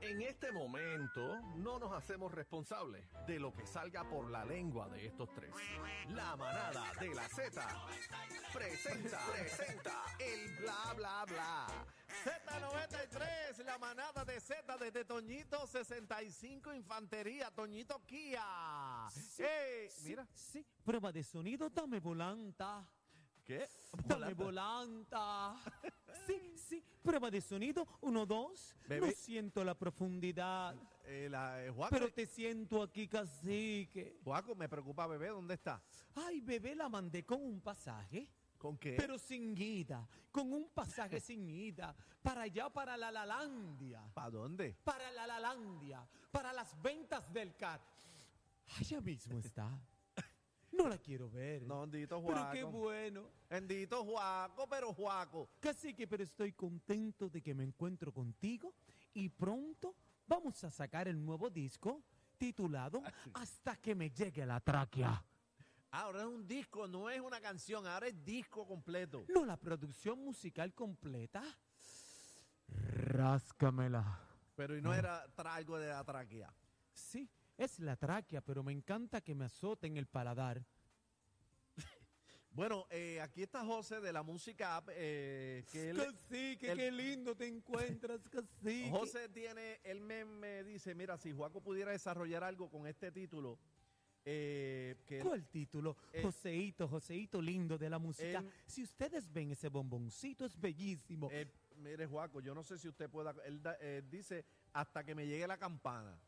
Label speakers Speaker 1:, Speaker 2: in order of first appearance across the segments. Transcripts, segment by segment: Speaker 1: En este momento no nos hacemos responsables de lo que salga por la lengua de estos tres. La manada de la Z presenta, presenta el bla bla bla.
Speaker 2: Z93, la manada de Z desde Toñito 65 Infantería, Toñito Kia. ¡Ey! Mira,
Speaker 3: Sí, prueba de sonido, dame volanta.
Speaker 2: ¿qué?
Speaker 3: Dame volanta. Sí, sí, prueba de sonido, uno, dos.
Speaker 2: Bebé.
Speaker 3: No siento la profundidad,
Speaker 2: Eh, la, eh, Juaco,
Speaker 3: pero te siento aquí, cacique.
Speaker 2: Juaco, me preocupa, bebé, ¿dónde está?
Speaker 3: Ay, bebé, la mandé con un pasaje.
Speaker 2: ¿Con qué?
Speaker 3: Pero sin guida, con un pasaje sin guida, para allá, para la Lalandia,
Speaker 2: ¿Para dónde?
Speaker 3: para la Lalandia, para las ventas del CAR. Allá mismo está. No la quiero ver.
Speaker 2: No, bendito
Speaker 3: Pero qué
Speaker 2: Juaco.
Speaker 3: bueno.
Speaker 2: Bendito Juaco, pero Juaco.
Speaker 3: Cacique, pero estoy contento de que me encuentro contigo y pronto vamos a sacar el nuevo disco titulado Hasta que me llegue la tráquea.
Speaker 2: Ahora es un disco, no es una canción, ahora es disco completo.
Speaker 3: No, la producción musical completa. Ráscamela.
Speaker 2: Pero y no era traigo de la tráquea.
Speaker 3: Sí, es la tráquea, pero me encanta que me azoten el paladar.
Speaker 2: Bueno, eh, aquí está José de la música app, eh, que él-
Speaker 3: Cacique,
Speaker 2: el-
Speaker 3: qué lindo te encuentras, cacique.
Speaker 2: José tiene, él me, me dice, mira, si Juaco pudiera desarrollar algo con este título, eh, que
Speaker 3: ¿Cuál título?
Speaker 2: Eh,
Speaker 3: Joseito, Joseito lindo de la música.
Speaker 2: el-
Speaker 3: si ustedes ven ese bomboncito, es bellísimo.
Speaker 2: eh, mire Juaco, yo no sé si usted pueda, él da- eh, dice, hasta que me llegue la campana.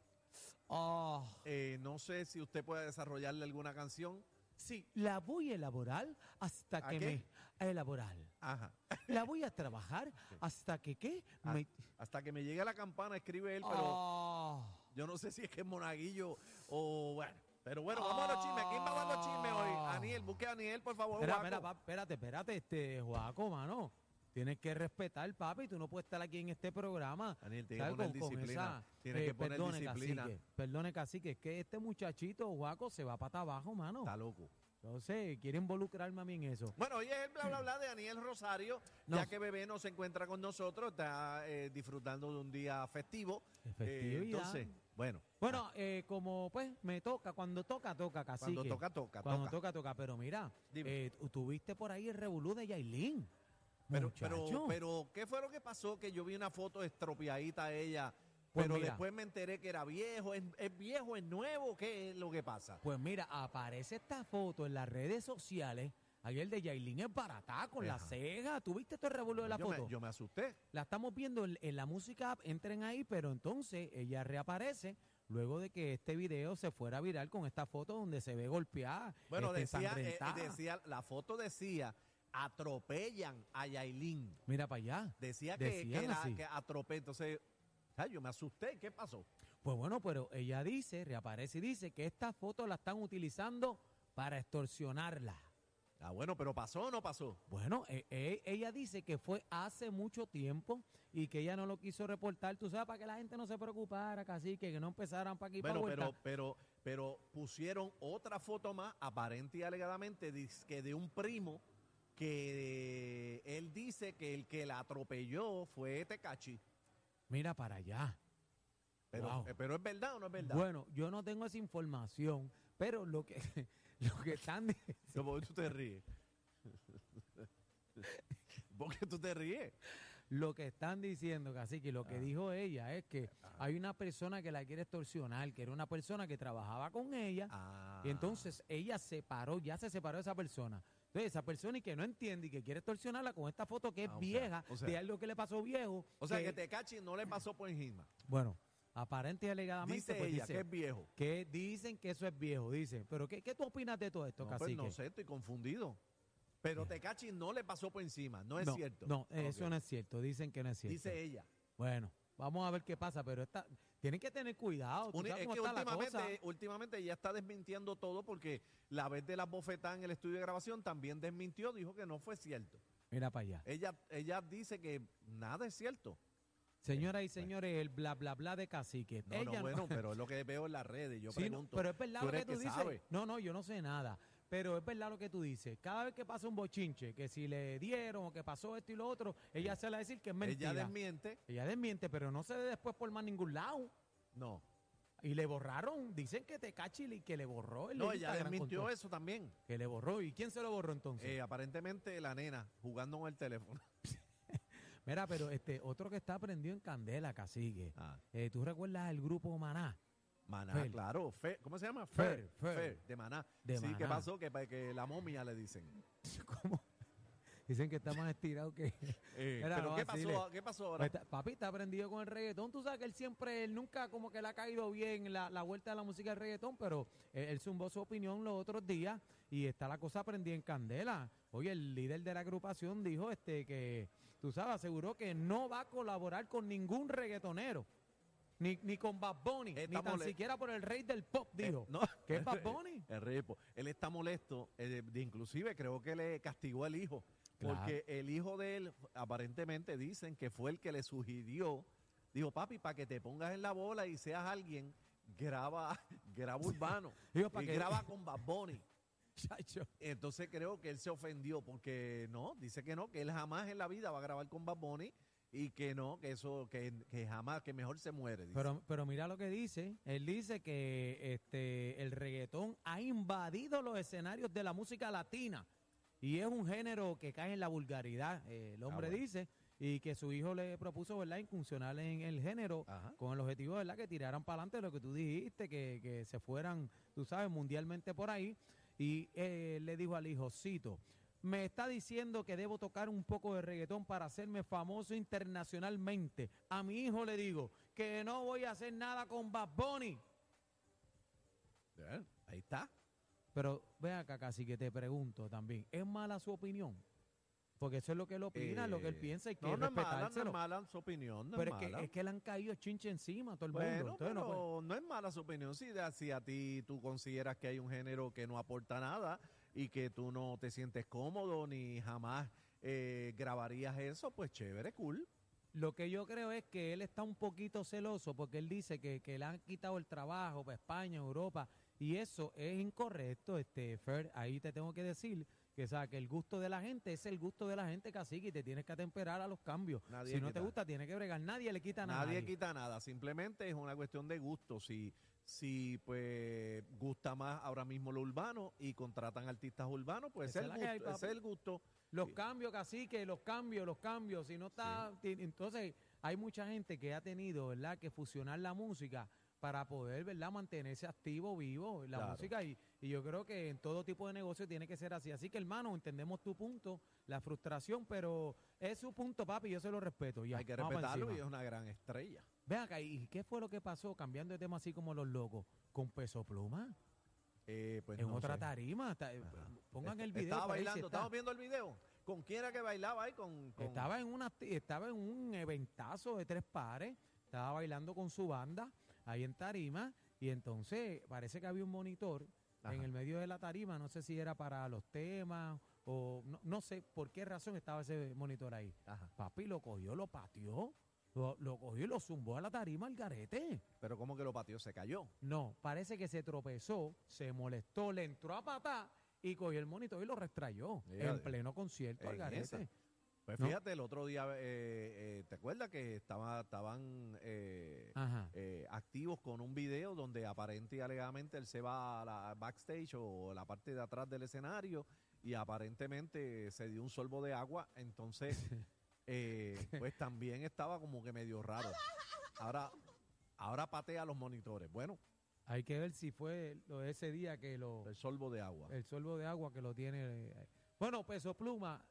Speaker 3: Ah,
Speaker 2: Eh, no sé si usted pueda desarrollarle alguna canción.
Speaker 3: sí, la voy a elaborar hasta
Speaker 2: ¿A
Speaker 3: que
Speaker 2: qué?
Speaker 3: me... A elaborar.
Speaker 2: Ajá.
Speaker 3: La voy a trabajar hasta que qué?
Speaker 2: A-
Speaker 3: Me-
Speaker 2: Hasta que me llegue la campana, escribe él, pero
Speaker 3: Ah,
Speaker 2: yo no sé si es que es monaguillo o bueno. Pero bueno, vamos a los chismes. ¿Quién va a dar los chismes hoy? Aniel, busque a Aniel, por favor.
Speaker 3: Ah. espera,
Speaker 2: Juaco.
Speaker 3: espera, pa- espérate, espérate, este, Joaco, mano. Tienes que respetar, papi. Tú no puedes estar aquí en este programa.
Speaker 2: Daniel, tienes que
Speaker 3: ¿Sabes?
Speaker 2: poner disciplina. Tienes que poner
Speaker 3: Eh, perdone,
Speaker 2: disciplina.
Speaker 3: Cacique, perdone, cacique. Es que este muchachito, Joaco, se va para abajo, mano.
Speaker 2: Está loco.
Speaker 3: Entonces, quiere involucrarme a mí en eso.
Speaker 2: Bueno, hoy es el bla bla bla de Daniel Rosario,
Speaker 3: No.
Speaker 2: ya que bebé no se encuentra con nosotros, está eh, disfrutindo de un día festivo.
Speaker 3: Festividad.
Speaker 2: Eh, entonces, bueno,
Speaker 3: Bueno, eh, como pues me toca, cuando toca, toca, casi.
Speaker 2: Cuando toca, toca,
Speaker 3: Cuando
Speaker 2: toca.
Speaker 3: toca, toca. Pero mira,
Speaker 2: Dime.
Speaker 3: eh, tú- tuviste por ahí el revolú de Yailin.
Speaker 2: pero,
Speaker 3: Muchacho.
Speaker 2: pero, pero, ¿qué fue lo que pasó? Que yo vi una foto estropeadita de ella,
Speaker 3: Pues
Speaker 2: pero
Speaker 3: mira.
Speaker 2: después me enteré que era viejo. ¿Es, es viejo, es nuevo? ¿Qué es lo que pasa?
Speaker 3: Pues mira, aparece esta foto en las redes sociales. Ahí el de Yailin es baratá con la
Speaker 2: Ajá.
Speaker 3: ceja. ¿Tuviste todo el revolú de la
Speaker 2: yo,
Speaker 3: foto?
Speaker 2: Me, yo me asusté.
Speaker 3: La estamos viendo en, en la música app, entren ahí, pero entonces ella reaparece luego de que este video se fuera viral con esta foto donde se ve golpeada.
Speaker 2: Bueno,
Speaker 3: este,
Speaker 2: decía, eh,
Speaker 3: ensangrentada.
Speaker 2: decía, la foto decía, atropellan a Yailin.
Speaker 3: Mira para allá.
Speaker 2: Decía que, que
Speaker 3: Decían
Speaker 2: era
Speaker 3: así.
Speaker 2: que atropella. Entonces, ay, yo me asusté. ¿Qué pasó?
Speaker 3: Pues bueno, pero ella dice, reaparece y dice que esta foto la están utilizando para extorsionarla.
Speaker 2: Ah, bueno, pero pasó o no pasó.
Speaker 3: Bueno, eh, eh, ella dice que fue hace mucho tiempo y que ella no lo quiso reportar, tú sabes, para que la gente no se preocupara, casi que no empezaran para aquí
Speaker 2: Bueno,
Speaker 3: para
Speaker 2: pero, pero, pero pusieron otra foto más, aparente y alegadamente, que de un primo que él dice que el que la atropelló fue Tecachi.
Speaker 3: Mira para allá.
Speaker 2: Pero,
Speaker 3: Wow.
Speaker 2: eh, pero es verdad o no es verdad.
Speaker 3: Bueno, yo no tengo esa información, pero lo que, lo que están... di-
Speaker 2: Yo, ¿Por qué tú te ríes? ¿Por qué tú te ríes?
Speaker 3: Lo que están diciendo, casi que lo
Speaker 2: Ah.
Speaker 3: que dijo ella es que hay una persona que la quiere extorsionar, que era una persona que trabajaba con ella,
Speaker 2: Ah.
Speaker 3: y entonces ella se paró, ya se separó de esa persona. Entonces esa persona y que no entiende y que quiere extorsionarla con esta foto que es
Speaker 2: Ah, o sea,
Speaker 3: vieja,
Speaker 2: o sea.
Speaker 3: de algo que le pasó viejo.
Speaker 2: O sea, que Tecachi no le pasó por encima.
Speaker 3: Bueno, aparente y alegadamente
Speaker 2: Dice
Speaker 3: pues,
Speaker 2: ella
Speaker 3: dice
Speaker 2: que es viejo.
Speaker 3: que dicen que eso es viejo, dicen. Pero ¿qué, qué tú opinas de todo esto,
Speaker 2: No, pues
Speaker 3: Cacique?
Speaker 2: no sé, estoy confundido. Pero Tecachi no le pasó por encima, no es
Speaker 3: No,
Speaker 2: cierto.
Speaker 3: No,
Speaker 2: Ok.
Speaker 3: eso no es cierto, dicen que no es cierto.
Speaker 2: Dice ella.
Speaker 3: Bueno, vamos a ver qué pasa, pero esta, tienen que tener cuidado. tú
Speaker 2: Uni-
Speaker 3: sabes
Speaker 2: es
Speaker 3: cómo
Speaker 2: que
Speaker 3: está la cosa.
Speaker 2: últimamente, últimamente ya está desmintiendo todo porque la vez de las bofetadas en el estudio de grabación también desmintió, dijo que no fue cierto.
Speaker 3: Mira para allá.
Speaker 2: Ella, ella dice que nada es cierto.
Speaker 3: Señoras y señores, el bla bla bla de cacique.
Speaker 2: Eh, No,
Speaker 3: Ella
Speaker 2: no, bueno, pero es lo que veo en las redes. Yo
Speaker 3: Sí, no,
Speaker 2: pregunto.
Speaker 3: pero es verdad
Speaker 2: ¿tú
Speaker 3: lo que
Speaker 2: eres
Speaker 3: tú dices.
Speaker 2: sabe?
Speaker 3: No, no, yo no sé nada. Pero es verdad lo que tú dices. Cada vez que pasa un bochinche, que si le dieron o que pasó esto y lo otro, ella sale a decir que es mentira.
Speaker 2: Eh, Ella desmiente.
Speaker 3: Ella desmiente, pero no se ve después por más ningún lado.
Speaker 2: No.
Speaker 3: Y le borraron. Dicen que te y que le borró el
Speaker 2: No, ella
Speaker 3: Instagram
Speaker 2: desmintió
Speaker 3: con todo.
Speaker 2: eso también.
Speaker 3: Que le borró. ¿Y quién se lo borró entonces?
Speaker 2: Eh, aparentemente la nena jugando con el teléfono.
Speaker 3: Mira, pero este otro que está prendido en candela, cacique.
Speaker 2: Ah,
Speaker 3: Eh, ¿Tú recuerdas el grupo Maná?
Speaker 2: Maná,
Speaker 3: Fer.
Speaker 2: claro. Fer, ¿Cómo se llama?
Speaker 3: Fer, Fer.
Speaker 2: de Maná.
Speaker 3: De
Speaker 2: sí,
Speaker 3: Maná.
Speaker 2: ¿qué pasó? Que, pa- que la momia le dicen.
Speaker 3: ¿Cómo? Dicen que está más estirado que...
Speaker 2: Eh,
Speaker 3: Mira,
Speaker 2: pero
Speaker 3: no
Speaker 2: ¿qué
Speaker 3: vacile.
Speaker 2: pasó, ¿qué pasó ahora?
Speaker 3: Pues está- papi está aprendido con el reggaetón. Tú sabes que él siempre, él nunca como que le ha caído bien la, la vuelta de la música del reggaetón, pero él, él zumbó su opinión los otros días y está la cosa prendida en candela. Oye, el líder de la agrupación dijo este que, tú sabes, aseguró que no va a colaborar con ningún reggaetonero. Ni, ni con Bad Bunny,
Speaker 2: Está
Speaker 3: ni tan
Speaker 2: mole-
Speaker 3: siquiera por el rey del pop,
Speaker 2: Eh,
Speaker 3: dijo.
Speaker 2: no.
Speaker 3: ¿Qué es Bad Bunny?
Speaker 2: El rey, po. Él está molesto, eh, de- inclusive creo que le castigó el hijo,
Speaker 3: Claro.
Speaker 2: porque el hijo de él aparentemente dicen que fue el que le sugirió, dijo, papi, para que te pongas en la bola y seas alguien, graba, graba urbano,
Speaker 3: Dijo,
Speaker 2: y
Speaker 3: para que
Speaker 2: graba con Bad Bunny.
Speaker 3: Chacho.
Speaker 2: Entonces creo que él se ofendió porque no, dice que no, que él jamás en la vida va a grabar con Bad Bunny y que no, que eso, que, que jamás, que mejor se muere. dice.
Speaker 3: Pero, pero mira lo que dice. Él dice que este el reggaetón ha invadido los escenarios de la música latina y es un género que cae en la vulgaridad, eh, el hombre
Speaker 2: Ah, bueno.
Speaker 3: dice, y que su hijo le propuso, ¿verdad?, incursionar en el género
Speaker 2: Ajá.
Speaker 3: con el objetivo, ¿verdad?, que tiraran para adelante lo que tú dijiste, que, que se fueran, tú sabes, mundialmente por ahí. Y eh, le dijo al hijo, cito, me está diciendo que debo tocar un poco de reggaetón para hacerme famoso internacionalmente. A mi hijo le digo que no voy a hacer nada con Bad Bunny.
Speaker 2: Eh, Ahí está.
Speaker 3: Pero ve acá, casi que te pregunto también, ¿es mala su opinión? Porque eso es lo que él opina,
Speaker 2: Eh,
Speaker 3: lo que él piensa y que
Speaker 2: No, no es mala, no
Speaker 3: respetárselo.
Speaker 2: es mala su opinión, no
Speaker 3: pero
Speaker 2: es
Speaker 3: es
Speaker 2: mala.
Speaker 3: que, es que le han caído chinche encima a todo el mundo.
Speaker 2: Bueno,
Speaker 3: Entonces no
Speaker 2: pero
Speaker 3: puede-
Speaker 2: no, es mala su opinión. Si, de- si a ti tú consideras que hay un género que no aporta nada y que tú no te sientes cómodo ni jamás eh, grabarías eso, pues chévere, cool.
Speaker 3: Lo que yo creo es que él está un poquito celoso porque él dice que, que le han quitado el trabajo para España, Europa, y eso es incorrecto, este Fer. Ahí te tengo que decir que, o sea, que el gusto de la gente es el gusto de la gente, cacique, y te tienes que atemperar a los cambios.
Speaker 2: Nadie
Speaker 3: si no
Speaker 2: quita.
Speaker 3: te gusta, tienes que bregar. Nadie le quita nada. a
Speaker 2: Nadie,
Speaker 3: nadie.
Speaker 2: quita nada, simplemente es una cuestión de gusto. Si, si pues gusta más ahora mismo lo urbano y contratan artistas urbanos, pues
Speaker 3: Esa
Speaker 2: ese es
Speaker 3: es
Speaker 2: el
Speaker 3: la que hay,
Speaker 2: gusto, ese es
Speaker 3: papi.
Speaker 2: el gusto.
Speaker 3: Los
Speaker 2: Sí.
Speaker 3: cambios, cacique, los cambios, los cambios. Si no está. ti- Entonces, hay mucha gente que ha tenido, ¿verdad?, que fusionar la música para poder, ¿verdad?, mantenerse activo, vivo, en la
Speaker 2: Claro.
Speaker 3: música. Y, y yo creo que en todo tipo de negocio tiene que ser así. Así que, hermano, entendemos tu punto, la frustración, pero es su punto, papi, yo se lo respeto. Ya,
Speaker 2: hay que
Speaker 3: vamos pa'
Speaker 2: respetarlo y es
Speaker 3: encima.
Speaker 2: una gran estrella.
Speaker 3: Ven acá, ¿y qué fue lo que pasó, cambiando de tema así como los locos, con peso pluma?
Speaker 2: Eh, pues,
Speaker 3: en
Speaker 2: no
Speaker 3: otra
Speaker 2: sé.
Speaker 3: tarima. está-
Speaker 2: Ajá.
Speaker 3: pongan
Speaker 2: Este-
Speaker 3: el video.
Speaker 2: Estaba
Speaker 3: por ahí, si
Speaker 2: bailando,
Speaker 3: está.
Speaker 2: estamos viendo el video. ¿Con quién era que bailaba ahí? Con, con-
Speaker 3: Estaba en una acti- estaba en un eventazo de tres pares, estaba bailando con su banda ahí en tarima y entonces parece que había un monitor
Speaker 2: Ajá.
Speaker 3: en el medio de la tarima, no sé si era para los temas o no, no sé por qué razón estaba ese monitor ahí.
Speaker 2: Ajá.
Speaker 3: Papi lo cogió, lo pateó, lo, lo cogió y lo zumbó a la tarima al garete.
Speaker 2: Pero ¿cómo que lo pateó? Se cayó.
Speaker 3: No, parece que se tropezó, se molestó, le entró a patá y cogió el monitor y lo restrayó
Speaker 2: Mira,
Speaker 3: en pleno concierto al
Speaker 2: en
Speaker 3: garete.
Speaker 2: esa. Pues
Speaker 3: No.
Speaker 2: fíjate, el otro día, eh, eh, ¿te acuerdas que estaba, estaban eh,
Speaker 3: Ajá.
Speaker 2: eh, activos con un video donde aparente y alegadamente él se va a la backstage o la parte de atrás del escenario y aparentemente se dio un sorbo de agua? Entonces, eh, pues también estaba como que medio raro. Ahora, ahora patea los monitores. Bueno,
Speaker 3: Hay que ver si fue lo de ese día que lo
Speaker 2: el sorbo de agua.
Speaker 3: el sorbo de agua que lo tiene. eh, Bueno, peso pluma,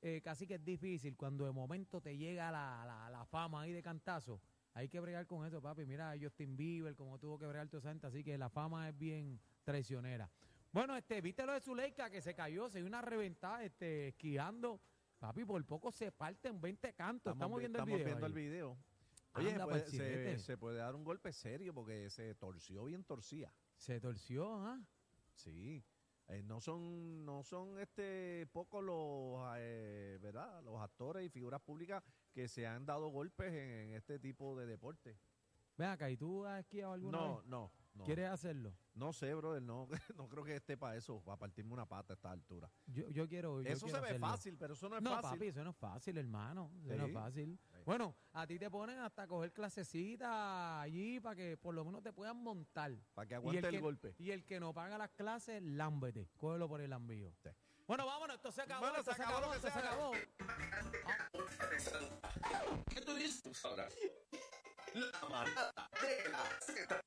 Speaker 3: eh, casi que es difícil cuando de momento te llega la, la- la fama ahí de cantazo. Hay que bregar con eso, papi. Mira, Justin Bieber, como tuvo que bregar toda esa gente, así que la fama es bien traicionera. Bueno, este, viste lo de Zuleika que se cayó, se dio una reventada, este, esquiando. Papi, por poco se parten 20 cantos. Estamos,
Speaker 2: vi-
Speaker 3: viendo,
Speaker 2: estamos
Speaker 3: el video
Speaker 2: viendo
Speaker 3: ahí.
Speaker 2: el video. Oye,
Speaker 3: Anda
Speaker 2: se puede- se,
Speaker 3: pa'l chilete.
Speaker 2: se puede dar un golpe serio porque se torció bien torcía.
Speaker 3: Se torció, ¿ah?
Speaker 2: Sí. Eh, no son, no son este pocos los eh, verdad, los actores y figuras públicas que se han dado golpes en, en este tipo de deporte.
Speaker 3: Ven acá, ¿y tú has esquiado alguna
Speaker 2: No,
Speaker 3: vez?
Speaker 2: no, no.
Speaker 3: ¿Quieres hacerlo?
Speaker 2: No sé, brother, no, no creo que esté para eso, para partirme una pata a esta altura.
Speaker 3: Yo, yo quiero. yo
Speaker 2: eso se
Speaker 3: quiero
Speaker 2: ve
Speaker 3: hacerlo.
Speaker 2: fácil, pero eso no es
Speaker 3: No,
Speaker 2: fácil.
Speaker 3: papi, eso no es fácil, hermano. Eso no es
Speaker 2: Sí.
Speaker 3: fácil.
Speaker 2: Sí.
Speaker 3: Bueno, a ti te ponen hasta coger clasecitas allí para que por lo menos te puedan montar.
Speaker 2: Para que aguante el,
Speaker 3: que-
Speaker 2: golpe.
Speaker 3: Y el que no paga las clases, lámbete. Cógelo por el envío.
Speaker 2: Sí.
Speaker 3: Bueno, vámonos. Esto se acabó.
Speaker 2: Bueno,
Speaker 3: esto
Speaker 2: se acabó lo que
Speaker 3: esto
Speaker 2: se haga.
Speaker 1: La manada de la Z.